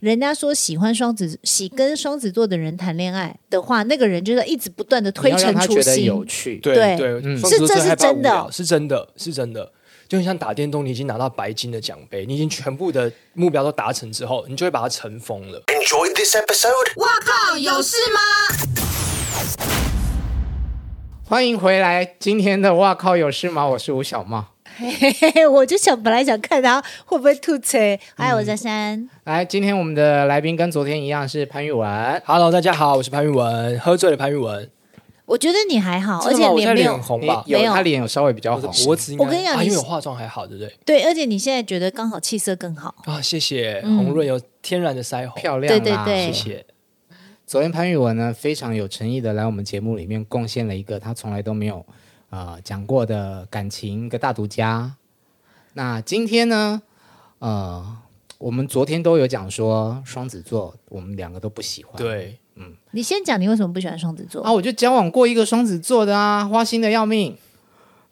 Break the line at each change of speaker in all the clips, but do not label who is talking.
人家说喜欢双子、喜跟双子座的人谈恋爱的话，那个人就是一直不断的推
你要让
陈
他
出
觉得有
新。
趣，
对
对对，嗯
双子座
是这是
害怕
真的
无聊是真的，是真的。就很像打电动，你已经拿到白金的奖杯，你已经全部的目标都达成之后，你就会把它尘封了。
Enjoyed this episode?
欢迎回来，今天的哇靠有事吗？我是吴小茂。
嘿嘿 嘿，我就想本来想看他会不会吐槽，
嗯
还有我在山，
来，今天我们的来宾跟昨天一样是潘玉文，
Hello，大家好，我是潘玉文，喝醉了潘玉文，
我觉得你还好，而
真的
且
吗我现
脸
在
没
脸
有
很红
你
吧？
没有
有他脸有稍微比较
我的
红，
脖子应该，
我跟你讲
啊
你
因为我化妆还好，对不对？
对，而且你现在觉得刚好气色更好。
啊，谢谢，
嗯
红润有天然的腮红，
漂亮
对
啦，
对对
谢谢。
昨天潘玉文呢非常有诚意的来我们节目里面贡献了一个他从来都没有呃讲过的感情一个大独家。那今天呢，呃，我们昨天都有讲说双子座，我们两个都不喜欢。
对，
你先讲你为什么不喜欢双子座？
哦
啊，我就交往过一个双子座的啊，花心的要命。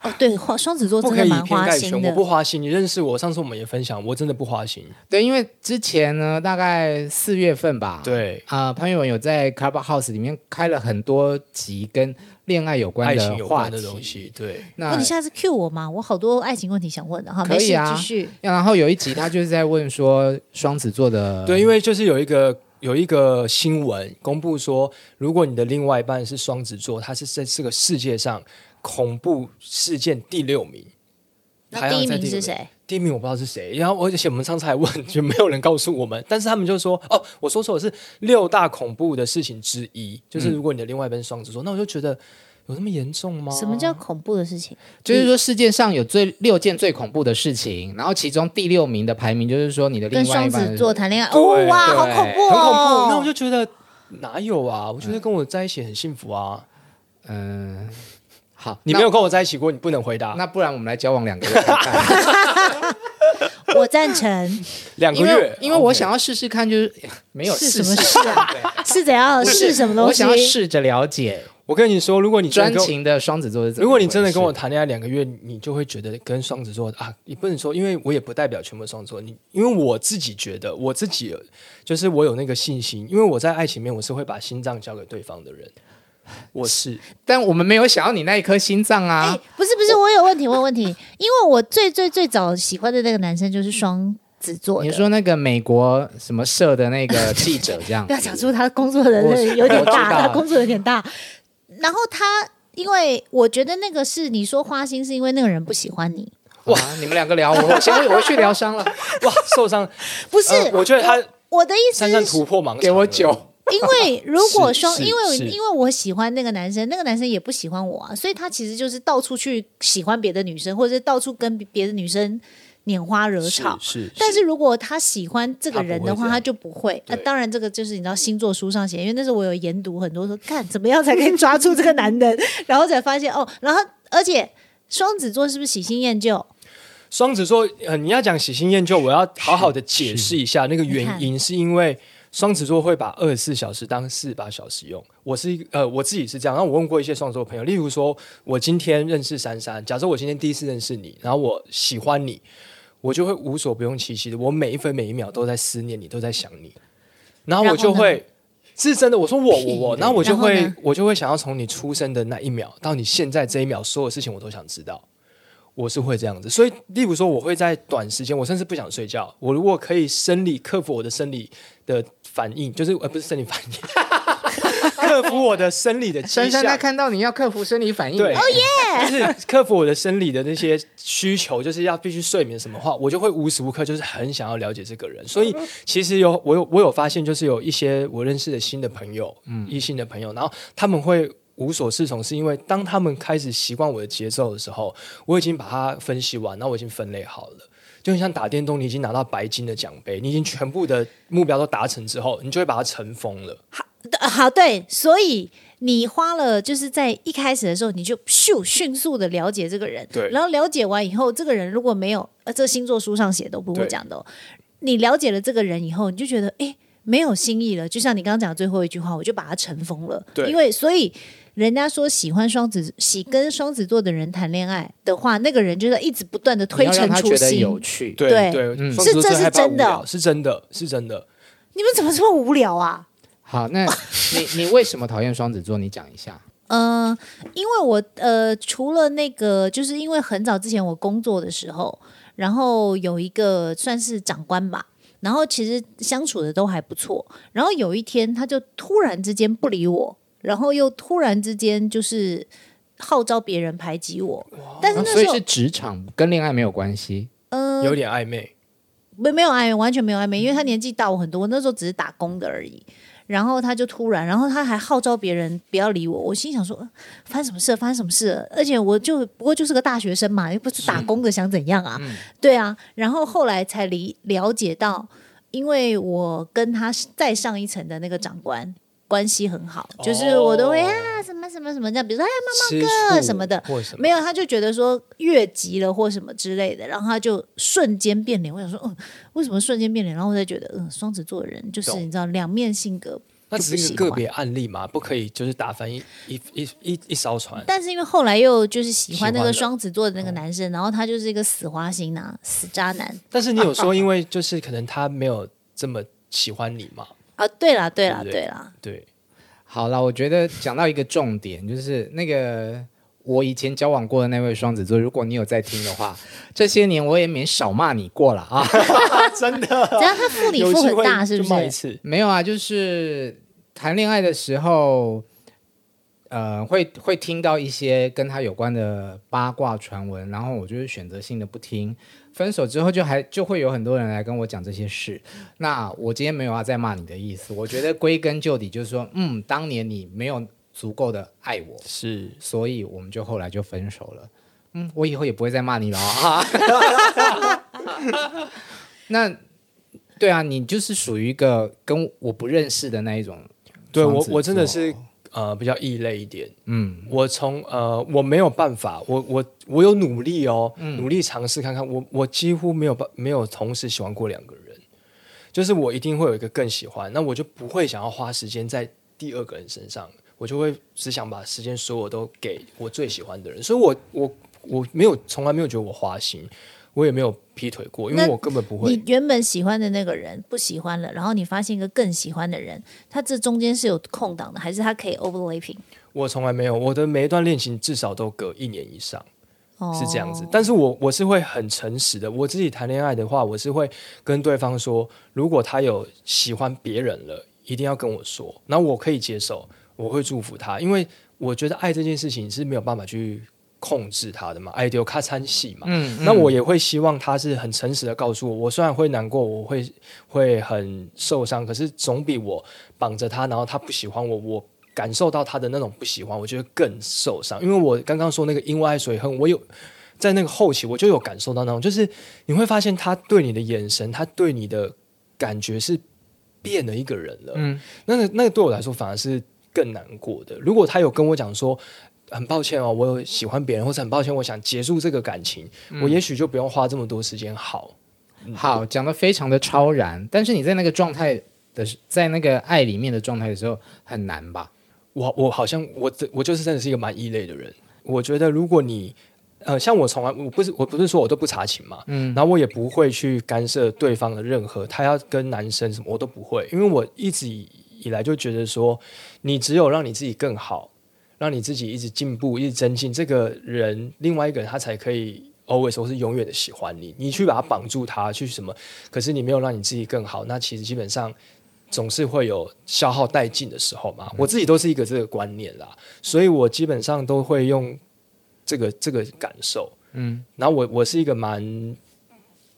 哦，对，花双子座
不
真
可
的
以
蛮
以偏
花
概
心
全，我
的。哦
不花心。你认识我，上次我们也分享，我真的不花心。
对，因为之前呢，大概四月份吧，
对，
啊、潘玉文有在 Clubhouse 里面开了很多集跟恋爱有关
爱
的
情有
话
关
题
的东。西，对，
那
那
哦你下次 cue 我嘛，我好多爱情问题想问的哈，
可
没
以
事，
啊
继续。
然后有一集他就是在问说双子座的，
嗯
对，因为就是有一个有一个新闻公布说，如果你的另外一半是双子座，他是在这个世界上恐怖事件第六名。
那
排
第一
行在
名
六
是谁？
第一名我不知道是谁，然后而且我们上次还问，就没有人告诉我们，但是他们就说哦，我说错了，是六大恐怖的事情之一，就是
嗯
如果你的另外一半是双子座，那我就觉得有那么严重吗？
什么叫恐怖的事情？
就是说世界上有最六件最恐怖的事情，然后其中第六名的排名就是说你的另
跟
外
双
一半
子座谈恋爱，
对
哦哇，
对
好恐怖
很恐怖？
哦！
那我就觉得哪有啊？我觉得跟我在一起很幸福啊。
嗯，好，
你
那
没有跟我在一起过，你不能回答。
那不然我们来交往两个月看 看，
我赞成，
两个
因为
月，哦
因为我
OK
想要试试看，就是没有
是
试
什么
试
事啊？是怎样？是什么东
我
西
想？要试着了解
我跟你说，如果你真的
专
跟我
情的双子座是怎么
如果你真的跟我
回事
谈恋爱两个月，你就会觉得跟双子座啊，你不能说，因为我也不代表全部双子座，你因为我自己觉得我自己就是我有那个信心，因为我在爱情里面我是会把心脏交给对方的人，我是
但我们没有想要你那一颗心脏
哎
啊，
哎不是不是，我有问题，我有问题，因为我最最最早喜欢的那个男生就是双子座
你
的。
说那个美国什么社的那 个记者这样
啊
不，要讲出他工作的人有点
我知
大，
道
他工作有点大。然后他，因为我觉得那个是你说花心，是因为那个人不喜欢你，
哇，你们两个聊，我我先我去疗 伤了，
哇受伤，
不是？
呃我觉得他
我的意思
珊珊突
是，
破盲肠了，
给我酒。
因 为如果双，
是
因为
是
因为我喜欢那个男生，那个男生也不喜欢我啊，所以他其实就是到处去喜欢别的女生，或者是到处跟别的女生拈花惹
是
草。
是，
但是如果他喜欢这个人的话，他
他不会这样
就不会。那、
对
当然，这个就是你知道星座书上写，因为那时候我有研读很多说，看怎么样才可以抓住这个男人， 然后才发现哦，然后而且双子座是不是喜新厌旧？
双子座，呃，你要讲喜新厌旧，我要好好的解释一下那个原因，是因为双子座会把二十四小时当四十八小时用。我是一个呃，我自己是这样。然后我问过一些双子座朋友，例如说，我今天认识珊珊，假设我今天第一次认识你，然后我喜欢你，我就会无所不用其极的，我每一分每一秒都在思念你，都在想你，然后我就
然后呢
会。是真的，我 说我我我，
屁嘞
然后我就
然后
会
呢
我就会想要从你出生的那一秒到你现在这一秒，所有事情我都想知道。我是会这样子，所以例如说，我会在短时间，我甚至不想睡觉。我如果可以生理克服我的生理的反应，就是呃不是生理反应， 克服我的生理的迹象
珊珊她看到你要克服生理反应，
对， 就是克服我的生理的那些需求，就是要必须睡眠什么话，我就会无时无刻就是很想要了解这个人。所以其实有我有我有发现，就是有一些我认识的新的朋友，嗯，异性的朋友，然后他们会。无所适从，是因为当他们开始习惯我的节奏的时候，我已经把它分析完，然后我已经分类好了。就很像打电动，你已经拿到白金的奖杯，你已经全部的目标都达成之后，你就会把它尘封了。
呃好，对，所以你花了就是在一开始的时候，你就咻迅速的了解这个人，
对
然后了解完以后，这个人如果没有呃，这星座书上写都不会
对
讲的、哦，你了解了这个人以后，你就觉得诶没有新意了，就像你刚刚讲的最后一句话，我就把它尘封了，
对
因为所以。人家说喜欢双子、喜跟双子座的人谈恋爱的话，那个人就是一直不断的推
你要
陈
让她
出
觉得
新，
有趣。
对
对
对，
嗯
双子座
是这是
害怕
真的
无聊是真的，是真的。
你们怎么这么无聊啊？
好，那你你 为什么讨厌双子座？你讲一下。
嗯，因为我呃，除了那个，就是因为很早之前我工作的时候，然后有一个算是长官吧，然后其实相处的都还不错，然后有一天他就突然之间不理我，然后又突然之间就是号召别人排挤我，但是
啊
那
所以
时候
是职场跟恋爱没有关系。
嗯，
有点暧昧。
没没有暧昧，完全没有暧昧，因为他年纪大我很多，我那时候只是打工的而已。然后他就突然，然后他还号召别人不要理我。我心想说，呃发生什么事了？发生什么事了？而且我就不过就是个大学生嘛，又不是打工的，想怎样啊？ 对啊。然后后来才理了解到，因为我跟他再上一层的那个长官关系很好，就是我都会
哦
啊什么什么什么这样，比如说哎呀
吃
哥
醋
什么的
或什么
没有，他就觉得说越级了或什么之类的，然后他就瞬间变脸。我想说，嗯，为什么瞬间变脸？然后我才觉得，嗯，双子座的人就是
懂
你知道两面性格。
那
就
只
不
是一
喜
个个
欢
别案例嘛，不可以就是打翻一一一一一艘船。
但是因为后来又就是喜欢那
喜欢嗯
个
了
双子座的那个男生，然后他就是一个死花心呐、死渣男
但是你有说，因为就是可能他没有这么喜欢你嘛？
啊！对啦，对啦，
对不对
对啦，
对，
好了，我觉得讲到一个重点，就是那个我以前交往过的那位双子座，如果你有在听的话，这些年我也没少骂你过了啊。
真的，
只要他 付你
有
付
机
很
会
大，是不
就骂一
是？
次，
没有啊，就是谈恋爱的时候，呃，会会听到一些跟他有关的八卦传闻，然后我就是选择性的不听。分手之后就还就会有很多人来跟我讲这些事。那我今天没有要再骂你的意思，我觉得归根究底就是说，嗯，当年你没有足够的爱我，
是
所以我们就后来就分手了。嗯，我以后也不会再骂你了啊。 那对啊，你就是属于一个跟我不认识的那一种。
对
双
我
子
我真的
座
是呃比较异类一点。
嗯，
我从呃我没有办法，我我我有努力哦，
嗯
努力尝试看看。我我几乎没有办没有同时喜欢过两个人，就是我一定会有一个更喜欢，那我就不会想要花时间在第二个人身上，我就会只想把时间所有都给我最喜欢的人。所以我我我没有从来没有觉得我花心，我也没有劈腿过，因为
那
我根本不会
你。原本喜欢的那个人不喜欢了，然后你发现一个更喜欢的人，他这中间是有空档的，还是他可以 overlapping？
我从来没有，我的每一段恋情至少都隔一年以上。
哦
是这样子，但是我我是会很诚实的。我自己谈恋爱的话，我是会跟对方说，如果他有喜欢别人了，一定要跟我说，那我可以接受，我会祝福他，因为我觉得爱这件事情是没有办法去控制他的嘛，爱丢咔参戏嘛。
嗯
那我也会希望他是很诚实的告诉我，我虽然会难过，我会会很受伤，可是总比我绑着他，然后他不喜欢我，我感受到他的那种不喜欢，我觉得更受伤。因为我刚刚说那个因为爱所以恨，我有在那个后期我就有感受到那种，就是你会发现他对你的眼神，他对你的感觉是变了一个人了。
嗯
那个那个对我来说反而是更难过的。如果他有跟我讲说。很抱歉哦，我有喜欢别人，或者很抱歉，我想结束这个感情，我也许就不用花这么多时间好。
好，嗯讲的非常的超然，但是你在那个状态的时，在那个爱里面的状态的时候很难吧？
我我好像我这我就是真的是一个蛮异类的人。我觉得如果你呃，像我从来我不是我不是说我都不查情嘛，嗯，然后我也不会去干涉对方的任何，他要跟男生什么我都不会，因为我一直以以来就觉得说，你只有让你自己更好，让你自己一直进步，一直增进，这个人另外一个人他才可以 always 或是永远的喜欢你。你去把他绑住他，去什么，可是你没有让你自己更好，那其实基本上总是会有消耗殆尽的时候嘛。我自己都是一个这个观念啦，所以我基本上都会用这个这个感受。嗯，然后我我是一个蛮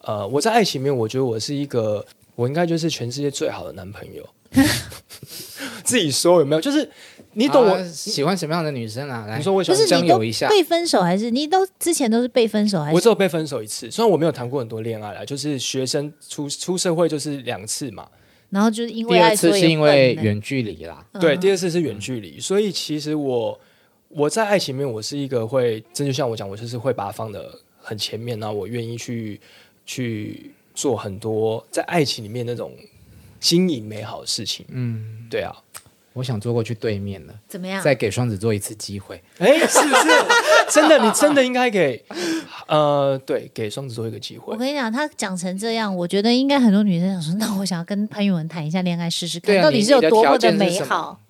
呃，我在爱情里面，我觉得我是一个，我应该就是全世界最好的男朋友。自己说有没有？就是你懂我，
啊喜欢什么样的女生啊？来，
你说我喜
不
欢
是
征
你都
友一下
被分手还是你都之前都是被分手还
我
是
只有被分手一次，虽然我没有谈过很多恋爱啦，就是学生出出社会就是两次嘛，
然后就是因为
第
爱
二
所
次
以
是因为
分了
远距离啦。
嗯
对，第二次是远距离，所以其实我我在爱情里面，我是一个会，真就像我讲，我就是会把它放的很前面，然后我愿意去去做很多在爱情里面那种经营美好的事情，嗯，对啊，
我想坐过去对面了，
怎么样？
再给双子座一次机会。
哎，是不是真的？你真的应该给呃，对，给双子座一个机会
我。跟你讲，他讲成这样，我觉得应该很多女生想说，那我想要跟潘玉文谈一下恋爱试试看，
对啊
到底
你
是有
你的
多
条
么的
件是
美
什么
好。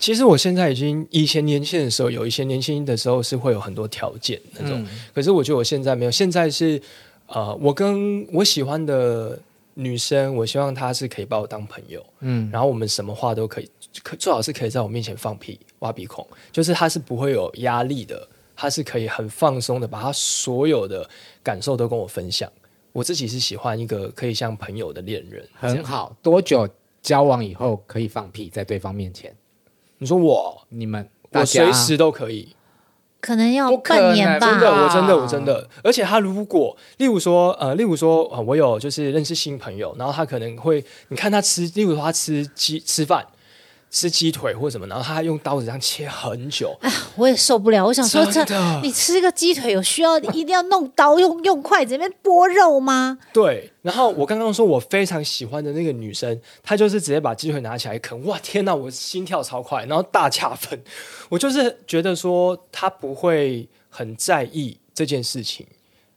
其实我现在已经，以前年轻的时候，有一些年轻的时候是会有很多条件那
嗯
种，可是我觉得我现在没有，现在是呃，我跟我喜欢的女生，我希望她是可以把我当朋友，
嗯，
然后我们什么话都可以，可最好是可以在我面前放屁、挖鼻孔，就是她是不会有压力的，她是可以很放松的，把她所有的感受都跟我分享。我自己是喜欢一个可以像朋友的恋人，
很好。多久交往以后可以放屁在对方面前？
你说我，
你们大
我
家啊
随时都可以。
可能要
不可能啊
半年吧，
真的，我真的，我真的。而且他如果，例如说，呃，例如说，呃，我有就是认识新朋友，然后他可能会，你看他吃，例如说他吃鸡吃饭，吃鸡腿或什么，然后他用刀子这样切很久，
我也受不了。 我想说这
真，的
你吃个鸡腿有需要一定要弄刀用用筷子在那边剥肉吗？
对。然后我刚刚说我非常喜欢的那个女生，她就是直接把鸡腿拿起来啃，哇，天呐，我心跳超快，然后大恰分。我就是觉得说她不会很在意这件事情，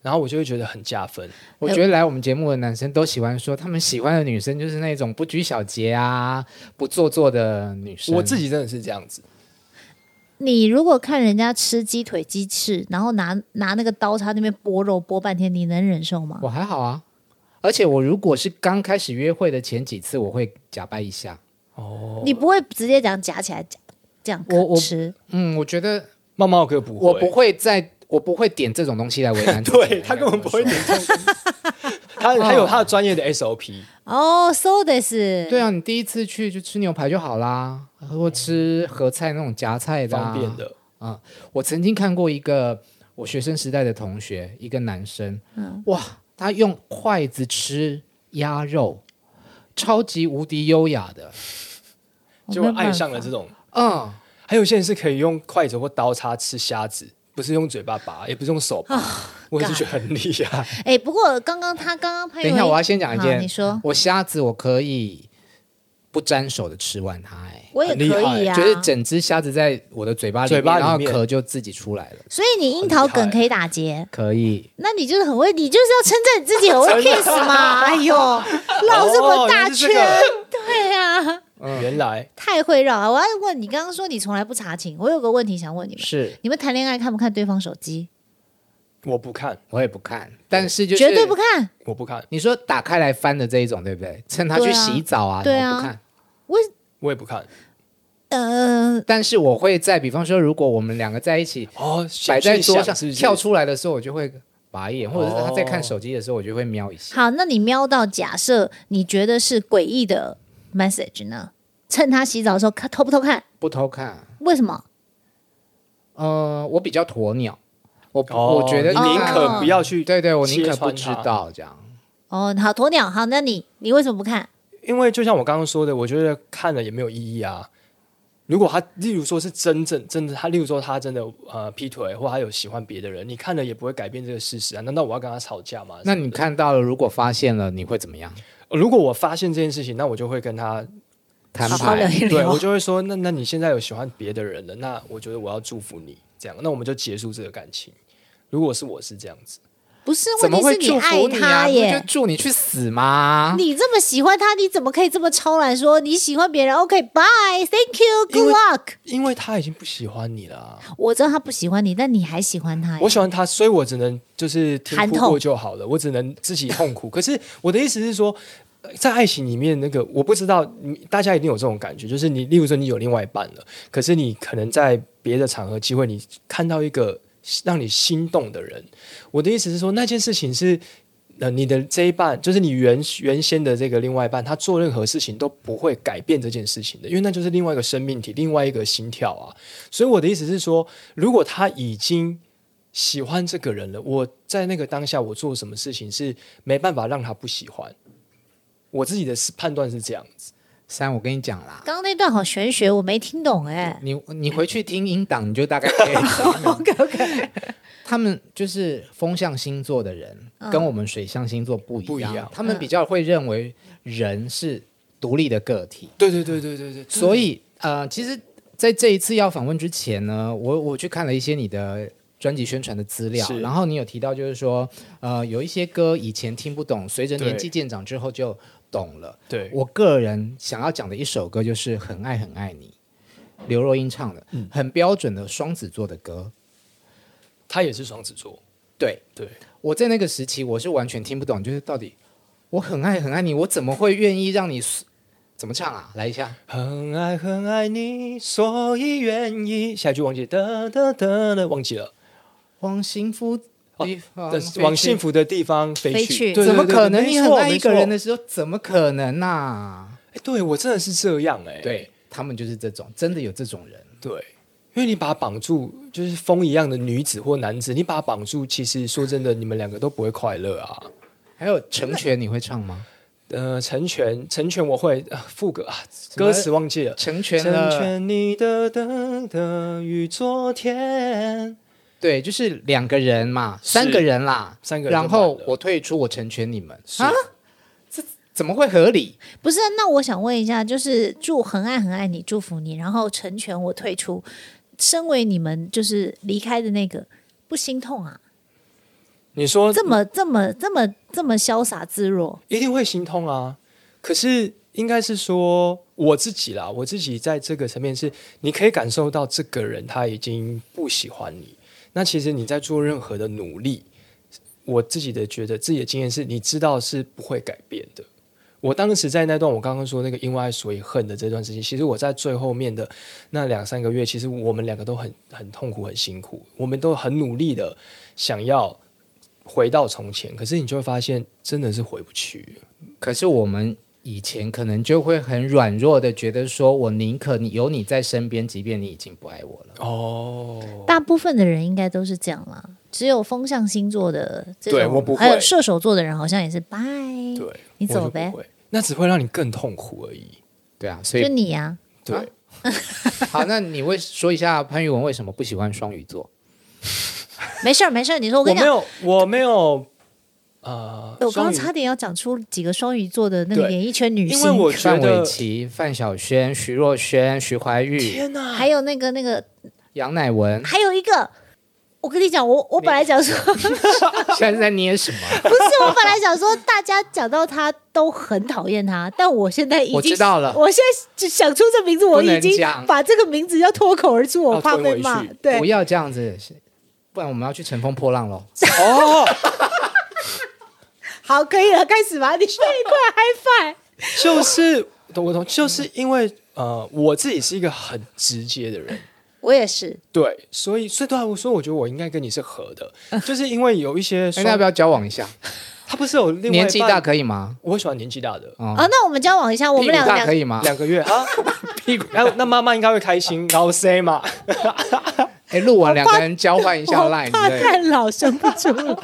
然后我就会觉得很加分。
我觉得来我们节目的男生都喜欢说，他们喜欢的女生就是那种不拘小节啊、不做作的女生。
我自己真的是这样子。
你如果看人家吃鸡腿、鸡翅，然后拿拿那个刀叉那边剥肉剥半天，你能忍受吗？
我还好啊，而且我如果是刚开始约会的前几次，我会假掰一下。
你不会直接讲夹起来夹这样
我我
吃？
嗯，我觉得
猫猫哥不会，
我不会在，我不会点这种东西来为难自己。
对他根本不会点这种东西，他
哦
他有他的专业的 SOP，
哦、s o this，
对啊，你第一次去就吃牛排就好啦，或吃合菜那种夹菜的、啊
方便。
哦
的。
我曾经看过一个我学生时代的同学，一个男生，
嗯
哇，他用筷子吃鸭肉，超级无敌优雅的，
我
结
没
果
有办
爱上了
法
这种，
嗯，
还有些人是可以用筷子或刀叉吃虾子，不是用嘴巴拔，也不是用手拔，
啊
我也是觉得很厉害。
哎、不过刚刚他刚刚潘
等一下，
友
我要先讲一
好
件，
你说
我虾子我可以不沾手的吃完它、哎。
我也
很厉害
可以啊，
就是整只虾子在我的嘴巴里面，
嘴巴里
然后
面
壳就自己出来了，
所以你樱桃梗可以打结，
可以。
那你就是很会，你就是要称赞你自己很 会 kiss 嘛。哎呦，绕这么大圈，
哦原来是
对呀、
嗯原来
太会绕了。我要问你，刚刚说你从来不查寝，我有个问题想问你们：
是
你们谈恋爱看不看对方手机？
我不看，
我也不看，但是就是
绝对不。看。
我不看，
你说打开来翻的这一种，对不对？趁他
对
去
啊
洗澡啊，
对啊
然后不看。
我也不看。
呃，
但是我会在，比方说，如果我们两个在一起
哦，
摆在桌上
是不是
跳出来的时候，我就会拔眼，或者是
哦
他在看手机的时候，我就会瞄一下。
好，那你瞄到假设你觉得是诡异的 message 呢？趁他洗澡的时候看偷不偷看？
不偷看，
为什么？
呃，我比较鸵鸟，我不
哦
我觉得
你宁
看
可不要去，
对对，我宁
切
可不
穿
知
它
道这样。
哦，好，鸵鸟，好，那你你为什么不看？
因为就像我刚刚说的，我觉得看了也没有意义啊。如果他，例如说是真正真的，他例如说他真的呃劈腿，或他有喜欢别的人，你看了也不会改变这个事实啊。难道我要跟他吵架吗？
那你看到了，如果发现了，你会怎么样？
呃如果我发现这件事情，那我就会跟他，
摊
好好聊
牌。
一
对我
聊。
就会说，那那你现在有喜欢别的人了，那我觉得我要祝福你，这样，那我们就结束这个感情。如果是我是这样子，
不是，
怎
问
么
题
会
是你
祝
爱
福你啊？
他
不
耶。
就祝你去死吗？
你这么喜欢他，你怎么可以这么超然说你喜欢别人？OK，bye，thank、
因
you，good
为
luck。
因为他已经不喜欢你了啊、
我知道他不喜欢你，但你还喜欢他耶。
我喜欢他，所以我只能就是听
含
哭
痛
过就好了，我只能自己痛苦。可 是我的意思是说，呃在爱情里面，那个我不知道，嗯大家一定有这种感觉，就是你，例如说你有另外一半了，可是你可能在别的场合机会，你看到一个让你心动的人。我的意思是说，那件事情是。呃，你的这一半就是你原原先的这个另外一半，他做任何事情都不会改变这件事情的，因为那就是另外一个生命体，另外一个心跳啊。所以我的意思是说，如果他已经喜欢这个人了，我在那个当下我做什么事情是没办法让他不喜欢。我自己的判断是这样子，
三，我跟你讲啦，
刚刚那段好玄学，我没听懂哎。
你你回去听音档，你就大概可以。OK OK。他们就是风象星座的人，跟我们水象星座不一样。
不一样
他们比较会认为人是独立的个体，
对对对对对对，
所以呃，其实在这一次要访问之前呢，我我去看了一些你的专辑宣传的资料
是，
然后你有提到就是说，呃，有一些歌以前听不懂，随着
对
年纪渐长之后就懂了。
对，
我个人想要讲的一首歌就是《很爱很爱你》，刘若英唱的，
嗯
很标准的双子座的歌。
他也是双子座，
对，
对，
我在那个时期我是完全听不懂，就是到底我很爱很爱你，我怎么会愿意让你怎么唱啊？来一下，
很爱很爱你，所以愿意。下一句忘记，哒哒哒哒，忘记了，
往幸福地方
但
啊飞
是
去、
往幸福的地方飞
飞
去。
去
对
怎么可能？你很爱一个人？
对对对没错没
的时候，怎么可能呐、
错哎对我真的是这样哎、
对他们就是这种，真的有这种人。
对，因为你把他绑住，就是风一样的女子或男子，你把他绑住，其实说真的，你们两个都不会快乐啊。
还有成全，你会唱吗？
呃，成全，成全我会、啊、副歌啊，
么
歌词忘记了。
成全
成
了，
全你的等等于昨天，
对，就是两个人嘛，
是
三个人啦，
三个人就
然后
满了
我退出，我成全你们啊，这怎么会合理？
不是啊，那我想问一下，就是祝很爱很爱你，祝福你，然后成全我退出。身为你们就是离开的那个，不心痛啊？
你说
这么这么这么这么潇洒自若，
一定会心痛啊。可是应该是说我自己啦，我自己在这个层面是，你可以感受到这个人他已经不喜欢你。那其实你在做任何的努力，我自己的觉得自己的经验是，你知道是不会改变的。我当时在那段我刚刚说那个因为爱所以恨的这段时间，其实我在最后面的那两三个月，其实我们两个都很很痛苦、很辛苦，我们都很努力的想要回到从前，可是你就会发现真的是回不去。
可是我们以前可能就会很软弱的觉得说，我宁可你有你在身边，即便你已经不爱我了。
哦，
大部分的人应该都是这样啦。只有风象星座的这
对我
种
不，会
还有射手座的人，好像也是拜。
对，
你
我就
走呗
不会，那只会让你更痛苦而已。
对啊，所
就
以
你呀、
对，
啊 好，那你为说一下潘玉文为什么不喜欢双鱼座？
没事儿没事儿。你说我
我
跟你
没
讲，
有，我没有，呃，
我刚
双
刚
鱼
差点要讲出几个双鱼座的那个
对
演艺圈女
因为
星，
我觉
范玮
得，
琪、范晓萱、徐若瑄、徐怀钰、
天哪，
还有那个那个，
杨乃文，
还有一个，我跟你讲，我我本来想说，
现在是在捏什么？
不是，我本来想说，大家讲到他都很讨厌他，但我现 在已经
我知道了
我现在就想出这名字，
不
我
能
已经
讲
把这个名字要脱口而出，我
要
怕
吞
被
回
骂
去。
对
不，要这样子，不然我们要去乘风破浪喽。
哦，
好，可以了，开始吧，你那一块
哎
HiFi。
就是懂我 懂，就是因为呃，我自己是一个很直接的人，
我也是，
对，所以所以对啊，所以我觉得我应该跟你是合的，
嗯
就是因为有 一些
哎，那要
双
不，要交往一下？
他不是有另外一
年纪大
半，
可以吗？
我喜欢年纪大的。
哦
啊，那我们交往一下，我们
屁
两
股大可
两
以吗？
两个月 啊，屁股，然后那妈妈应该会开心，然后 say 嘛，
哎，录完两个人交换一下
我
line，
怕
对不对
太老生不出来。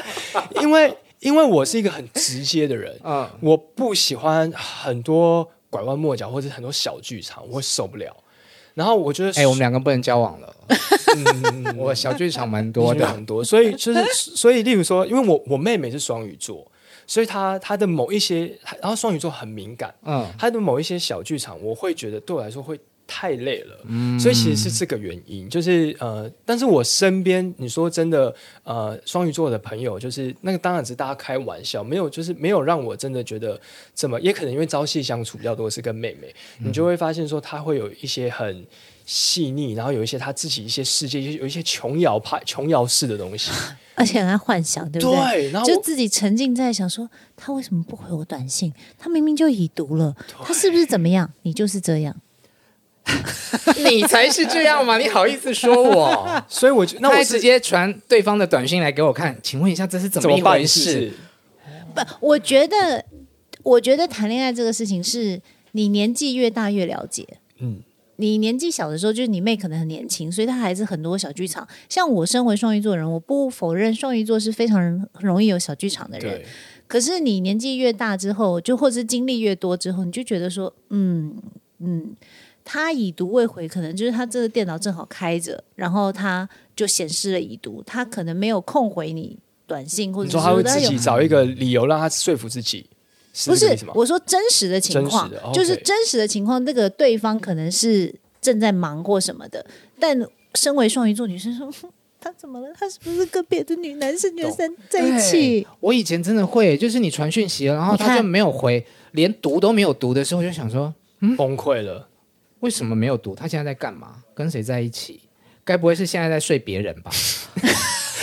因为因为我是一个很直接的人，
嗯，
我不喜欢很多拐弯抹角或者很多小剧场，我受不了。然后我觉得，
哎，我们两个不能交往 了。嗯，我小剧场蛮多
的
的。
很多，所以就是所以，例如说，因为我我妹妹是双鱼座，所以她她的某一些，然后双鱼座很敏感，
嗯，
他的某一些小剧场，我会觉得对我来说会太累了，所以其实是这个原因，就是呃，但是我身边你说真的，呃，双鱼座的朋友，就是那个当然只是大家开玩笑，没有就是没有让我真的觉得怎么，也可能因为朝夕相处比较多是跟妹妹，你就会发现说她会有一些很。细腻，然后有一些她自己一些世界，有一些琼瑶派、琼瑶式的东西。
而且很爱幻想，对不
对然后我
就自己沉浸在想说，他为什么不回我短信？他明明就已读了，他是不是怎么样？你就是这样，
你才是这样吗？你好意思说我？
所以我就 那
他
我
还
是
直接传对方的短信来给我看，请问一下这是怎
怎
么
么
一
办
回
是不
事
是？
不，我觉得，我觉得谈恋爱这个事情是你年纪越大越了解。
嗯，
你年纪小的时候，就是你妹可能很年轻，所以她还是很多小剧场。像我身为双鱼座人，我不否认双鱼座是非常容易有小剧场的人
对。，
可是你年纪越大之后，就或是经历越多之后，你就觉得说，嗯嗯，他已读未回，可能就是他这个电脑正好开着，然后他就显示了已读，他可能没有空回你短信，或者
你
是
说他会
他
自
有
己找一个理由让他说服自己，是
不
这个
是
意思吗？
我说真实的情况
真实的，OK
就是真实的情况，那个对方可能是正在忙或什么的，但身为双鱼座女生说。哼她怎么了？她是不是跟别的女男生、女生在一起？
我以前真的会，就是你传讯息，然后
你
他
看
就没有回，连读都没有读的时候，我就想说，
崩溃了。
为什么没有读？他现在在干嘛？跟谁在一起？该不会是现在在睡别人吧？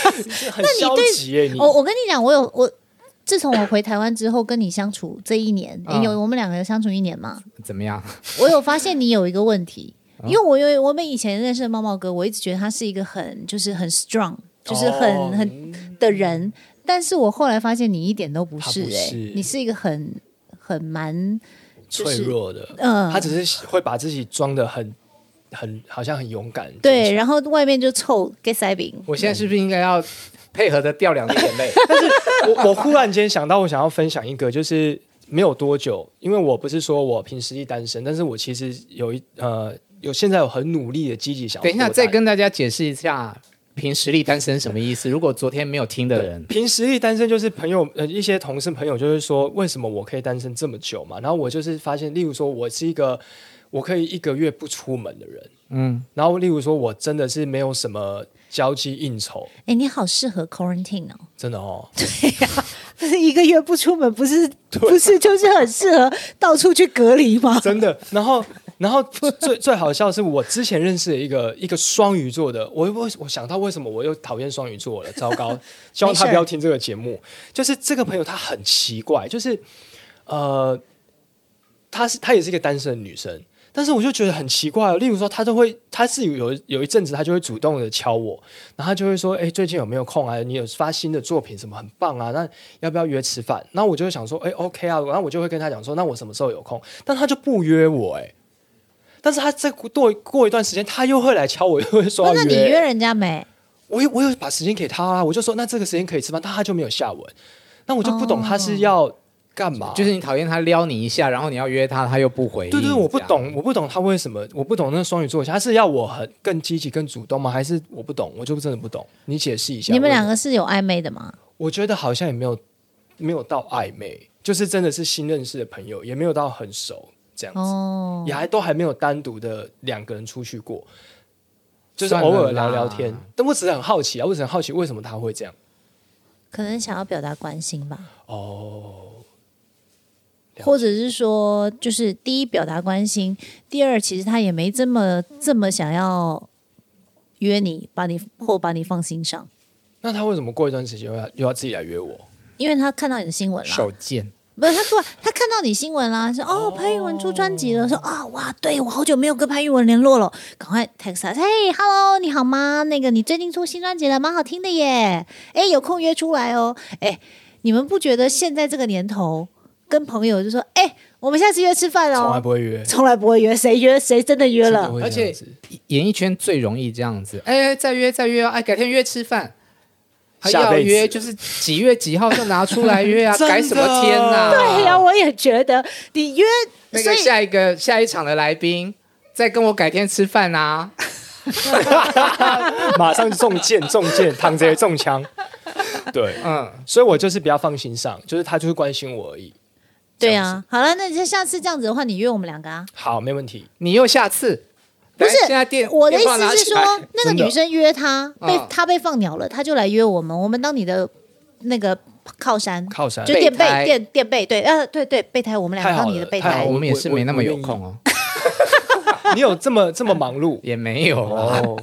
这很消极耶，你
我我跟你讲，我有我自从我回台湾之后跟你相处这一年，
嗯
有我们两个有相处一年嘛，
怎么样？
我有发现你有一个问题，因为我有我们以前认识的猫猫哥，我一直觉得他是一个很就是很 strong，就是很、
哦
很的人，但是我后来发现你一点都不
他
是
不
哎、欸
是
你是一个很很蛮就是
脆弱的，
嗯
他只是会把自己装的很很好像很勇敢，
对，，然后外面就臭 get 塞饼，
我现在是不是应该要配合的掉两滴眼泪？
我我忽然间想到，我想要分享一个，就是没有多久，因为我不是说我平时一单身，但是我其实有一呃有现在有很努力的积极想要
等一下
脱单
再跟大家解释一下凭实力单身什么意思。如果昨天没有听的人，
凭实力单身就是朋友呃一些同事朋友就是说为什么我可以单身这么久嘛？然后我就是发现，例如说我是一个我可以一个月不出门的人，
嗯，
然后例如说我真的是没有什么交际应酬，
哎、你好适合 quarantine 哦，
真的哦，
一个月不出门不是不是就是很适合到处去隔离 吗？
真的。然后，然后 最最好笑的是，我之前认识的一个一个双鱼座的，我我我想到为什么我又讨厌双鱼座了，糟糕！希望他不要听这个节目。就是这个朋友她很奇怪，就是呃，她是她也是一个单身的女生。但是我就觉得很奇怪、哦，例如说，她都会，她是有有一阵子，她就会主动的敲我，然后她就会说，哎、最近有没有空啊？你有发新的作品什么很棒啊？那要不要约吃饭？那我就会想说，哎、o k 啊，然后我就会跟他讲说，那我什么时候有空？但他就不约我、哎，但是他再过过一段时间，他又会来敲啊我，又会说要哎
那你约人家没？
我有我有把时间给他啊，我就说那这个时间可以吃饭，但他就没有下文，那我就不懂
哦
他是要干嘛，
就是你讨厌他撩你一下，然后你要约他，他又不回应。
啊对对，我不
这样
懂，我不懂他为什么，我不懂那个双鱼座，他是要我很更积极、更主动吗？还是我不懂，我就真的不懂，你解释一下。
你们两
为什么，
个是有暧昧的吗？
我觉得好像也没有没有到暧昧，就是真的是新认识的朋友，也没有到很熟这样子，
哦，
也还都还没有单独的两个人出去过，就是
算了
偶尔聊
啦
聊天。但我只是很好奇啊，我只是很好奇为什么他会这样。
可能想要表达关心吧。
哦，了解
或者是说，就是第一表达关心，第二其实他也没这么这么想要约你，把你或把你放心上，
那他为什么过一段时间又要又要自己来约我？
因为他看到你的新闻啦，
手贱。
不是他突然他看到你新闻啦，说哦潘玉文出专辑了，说啊、哇，对我好久没有跟潘玉文联络了，赶快 text 他，嘿，hello，你好吗？那个你最近出新专辑了，蛮好听的耶，哎，有空约出来哦，哎，你们不觉得现在这个年头跟朋友就说，哎，我们下次约吃饭哦，
从来不会约，
从来不会约，谁约谁真的约
真的
了。
而
会这
且
样子
演艺圈最容易这样子，哎，再约再约哦，哎，改天约吃饭。还
下
要
辈子
约就是几月几号就拿出来约 啊，
真的
改什么天呐、
对呀、我也觉得你约，
那
所
个
以
下一个下一场的来宾再跟我改天吃饭啊。
马上中箭，中箭，躺着也中枪。 对，
嗯，
所以我就是比较放心上，就是他就是关心我而已。
对啊，好了，那你就下次这样子的话，你约我们两个啊。
好，没问题。
你又下次。
不是
来现在电
我的意
电话拿
思是
起
说
来，哎
那个
真的
女生约他，被
嗯
他被放鸟了，他就来约我们，我们当你的那个靠山，
靠山
就垫
备
背
胎
垫垫背，对，呃，对对，备胎，我们两
太
个
好
当你
了
的备
太好
胎
了
哎我。
我
们也是没那么有空哦，
你有这么这么忙碌
也没有啊。
哦？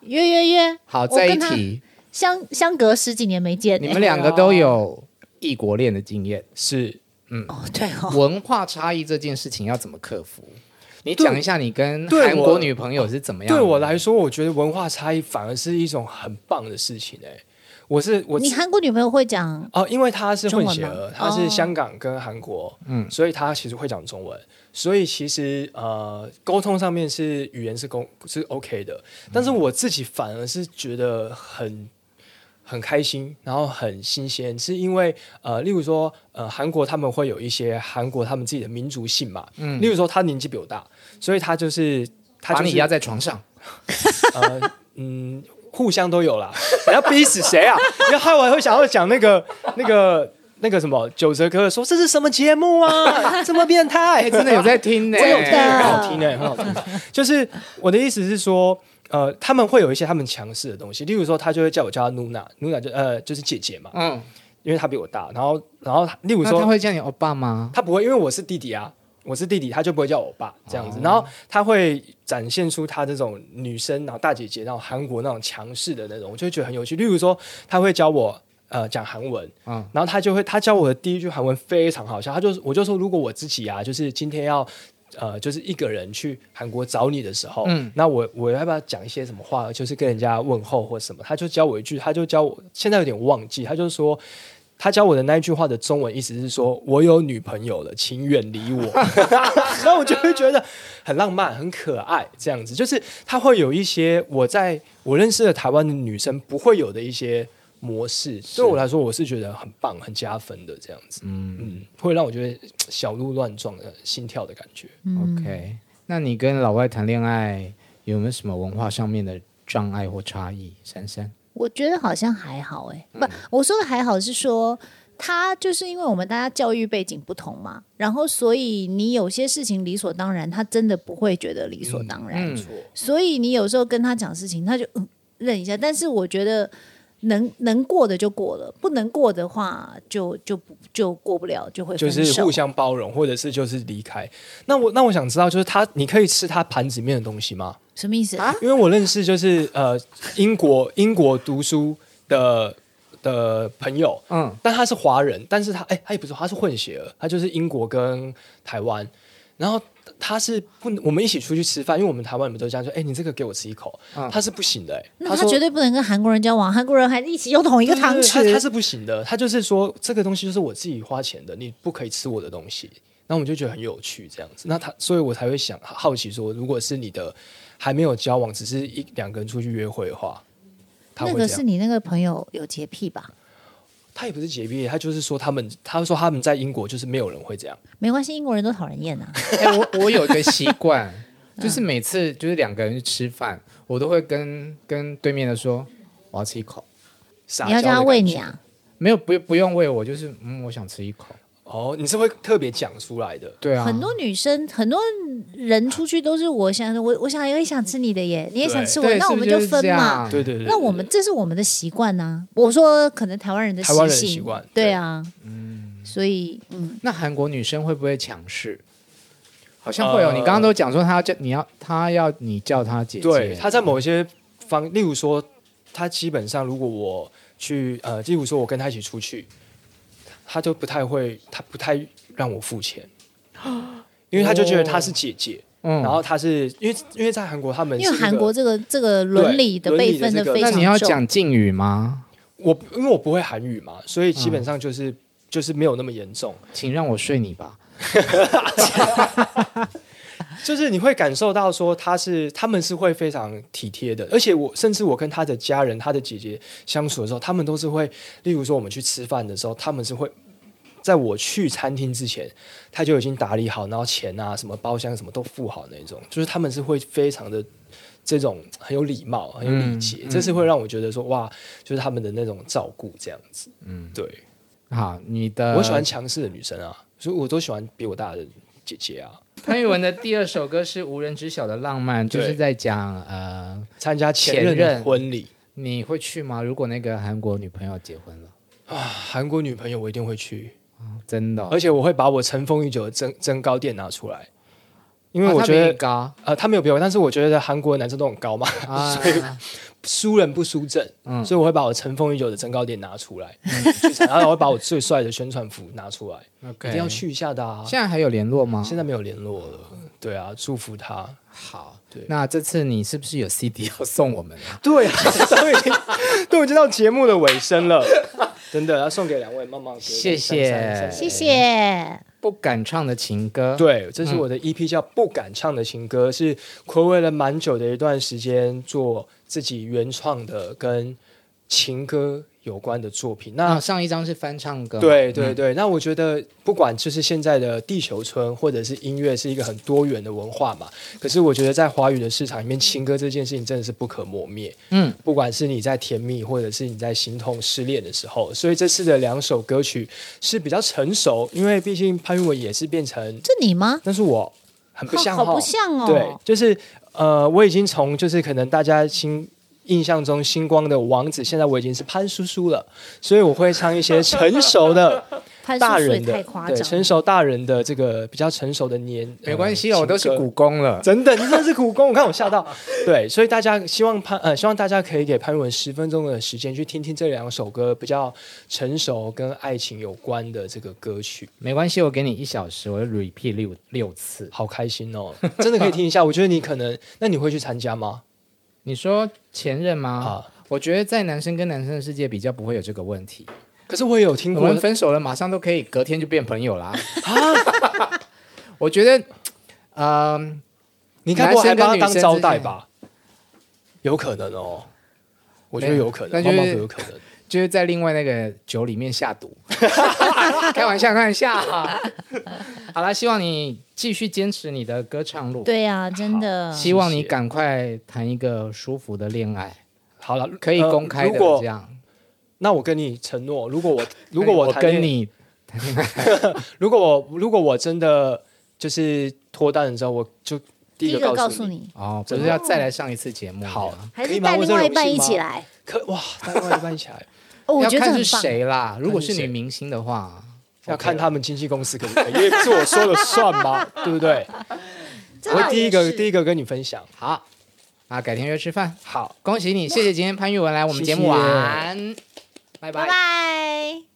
约约约，
好，
我
再一
跟他
提，
相相隔十几年没见，
你
哎
们两个都有异国恋的经验，
是
哦，对哦，
文化差异这件事情要怎么克服？你
对
讲一下你跟
对
韩
我
国女朋友是怎么样的？
对我来说，我觉得文化差异反而是一种很棒的事情哎、我是我
你韩国女朋友会讲
哦，因为他是混血
中文
儿
吗，
他
哦
是香港跟韩国，嗯，所以他其实会讲中文，所以其实呃，沟通上面是语言是公是 OK 的，
嗯
但是我自己反而是觉得很。很开心，然后很新鲜，是因为呃，例如说呃，韩国他们会有一些韩国他们自己的民族性嘛，嗯，例如说他年纪比我大，所以他就是他
把
就
你
是
压在床上，
呃，嗯， 互相都有啦。你要逼死谁啊？你要害我会想要讲那个那个那个什么九泽哥说这是什么节目啊，这么变态，
哎，真的有在听 呢，
真有
听
听，很好听哎，很好听。就是我的意思是说，呃，他们会有一些他们强势的东西，例如说，他就会叫我叫他 Nuna，Nuna 就呃就是姐姐嘛，
嗯，
因为她比我大。然后，然后例如
那他
说，
会叫你欧哦巴吗？
他不会，因为我是弟弟啊，我是弟弟，他就不会叫我爸这样子。然后他会展现出他这种女生，然后大姐姐，然后韩国那种强势的那种，我就会觉得很有趣。例如说，他会教我。呃，讲韩文，
嗯
然后他就会，他教我的第一句韩文非常好笑，他就我就说，如果我自己啊，就是今天要，呃，就是一个人去韩国找你的时候，
嗯
那我我要不要讲一些什么话，就是跟人家问候或什么？他就教我一句，他就教我，现在有点忘记，他就说，他教我的那一句话的中文意思是说：“我有女朋友了，请远离 我。”然后我就会觉得很浪漫、很可爱，这样子就是他会有一些我在我认识的台湾的女生不会有的一些模式。对我来说，我是觉得很棒、很加分的这样子。嗯嗯，会让我觉得小鹿乱撞的心跳的感觉。
嗯
OK，那你跟老外谈恋爱有没有什么文化上面的障碍或差异？珊珊，
我觉得好像还好哎、
嗯
不，我说的还好是说，他就是因为我们大家教育背景不同嘛，然后所以你有些事情理所当然，他真的不会觉得理所当然，
嗯
所以你有时候跟他讲事情，他就嗯认一下，但是我觉得。能能过的就过了，不能过的话就就不就过不了，就会
就
分
是
手
互相包容，或者是就是离开。那我那我想知道，就是他，你可以吃他盘子里面的东西吗？
什么意思？
因为我认识就是呃英国英国读书的的朋友，
嗯，
但他是华人，但是他哎、他也不是他是混血儿，他就是英国跟台湾，然后他是不能我们一起出去吃饭，因为我们台湾人都这样说，哎、你这个给我吃一口，他是不行的、哎，
那他
说
绝对不能跟韩国人交往，韩国人还一起用同一个
对对
汤
对
匙。
他他是不行的，他就是说这个东西就是我自己花钱的，你不可以吃我的东西。那我们就觉得很有趣，这样子。那他，所以我才会想好奇说，如果是你的还没有交往，只是一两个人出去约会的话，他
那
会这
个
样。
是你那个朋友有洁癖吧？
他也不是洁癖，他就是说他们，他说他们在英国就是没有人会这样。
没关系，英国人都讨人厌呐、啊
哎、我我有一个习惯，
嗯
就是每次就是两个人去吃饭，我都会跟跟对面的说我要吃一口，
撒
你要
娇
叫他
的
喂
感
你
觉？
啊？
没有不不用喂我，就是嗯我想吃一口。
哦，你是会特别讲出来的。
对啊，
很多女生，很多人出去都是我想我，我想也哎想吃你的耶，你也想吃我，
对
那我
是不
们
是
就是分
这
嘛。
样
对对对对
啊那我们这是我们的习惯呐、我说可能台湾人的
台湾人
习性
习惯
对
对
啊，所以嗯，
那韩国女生会不会强势？好像会哦。
呃
你刚刚都讲说她要叫你要她要你叫她姐姐，
对，他在某一些方，例如说，他基本上如果我去呃，例如说我跟他一起出去，他就不太会，他不太让我付钱，因为他就觉得她是姐姐，
嗯
然后他是因为因为在韩国他们
因为
是一个
韩国这个这个伦理的辈分
伦理的这个
非
那
常重。
你要讲敬语吗？
我因为我不会韩语嘛，所以基本上就是、就是没有那么严重，
请让我睡你吧。
就是你会感受到说他是他们是会非常体贴的，而且我甚至我跟他的家人、他的姐姐相处的时候，他们都是会，例如说我们去吃饭的时候，他们是会在我去餐厅之前，他就已经打理好，然后钱啊、什么包厢什么都付好那种，就是他们是会非常的。这种很有礼貌、很有礼节，
嗯
这是会让我觉得说哇，就是他们的那种照顾这样子。嗯，对，
好，你的
我喜欢强势的女生啊，所以我都喜欢比我大的姐姐啊。
潘越文的第二首歌是《无人知晓的浪漫》，就
对
是在讲呃，
参加前
前
任
任
的婚礼，
你会去吗？如果那个韩国女朋友结婚了，
啊韩国女朋友我一定会去，
真的哦、
而且我会把我尘封已久的增增高垫拿出来，因为
啊
我
她
觉
比你
得、
高
呃他没有比我，但是我觉得韩国的男生都很高嘛，
啊，
输人不输阵，
嗯
所以我会把我尘封已久的增高垫拿出来，去参加然后我会把我最帅的宣传服拿出来，
OK
一定要去一下的啊。
现在还有联络吗？
现在没有联络了，对啊，祝福他。
好，
对
那这次你是不是有 CD 要送我们 啊？
对啊，都已经都已经到节目的尾声了，真的要送给两位妈妈哥哥，
谢谢
珊珊珊珊
谢谢，
不敢唱的情歌，，
对，这是我的 EP 叫《不敢唱的情歌》，是暌违了蛮久的一段时间做自己原创的跟情歌有关的作品。那
那上一张是翻唱歌，，嗯
对对对，那我觉得不管就是现在的地球村或者是音乐是一个很多元的文化嘛，可是我觉得在华语的市场里面，情歌这件事情真的是不可磨灭。
嗯，
不管是你在甜蜜，或者是你在心痛失恋的时候，所以这次的两首歌曲是比较成熟，因为毕竟潘越文也是变成，
这你吗？
但是我很不像
好
哈
好不像哦。
对，就是呃，我已经从就是可能大家心印象中星光的王子，现在我已经是潘叔叔了，所以我会唱一些成熟的
潘
大
叔叔也
人
太
的
夸，
对，
张
成
了。
熟大人的这个比较成熟的年，
没
呃
关系哦，我都是。
情歌
古工了。
真的，你真的是苦工，我看我吓到。 对，所以大家希望潘呃，希望大家可以给潘文十分钟的时间去听听这两首歌比较成熟跟爱情有关的这个歌曲。
没关系，我给你一小时，我就 repeat 六六次。
好开心哦，真的可以听一下。我觉得你可能，那你会去参加吗？
你说前任吗？
啊，
我觉得在男生跟男生的世界比较不会有这个问题。
可是我也有听
我
过
们分手了，马上都可以隔天就变朋友啦。
啊
我觉得，嗯、
你该不会还把他
男生跟
当
女生
招待吧？有可能哦，我觉得有可能，
没有那
猫猫
就是
狗有可能。
就是在另外那个酒里面下 毒，开玩笑，开玩笑。啊好啦，希望你继续坚持你的歌唱路，
对啊，真的。
希望
谢
你
谢
赶快谈一个舒服的恋
呃
爱，
好了，
可以
呃
公开
如
的
果
这样。
那我跟你承诺，如果我如果
我
我谈恋
跟你，
如果我如果我真的就是脱单了之后，我就
第
第一
一
个
个
告
告
诉
诉
你，
你，
哦，不是要再来上一次节目啊吗？
好，
还
可
是
以吗
带
我
另
这
外一
荣
半
幸
一起
吗。
来。
可哇，带另外一半起 来，
哦，我
要
觉得这
看是
很棒。
谁啦。如果是
看是
女
谁
明星的话，
要看他们经纪公司可不可以，因为是我说了算嘛，对不对？
这
我
倒
会第一
也
个
是
第一个跟你分享。
好啊，改天约吃饭。
好。
恭喜你，谢谢今天潘玉文来我们节目
谢谢
玩，拜
拜拜。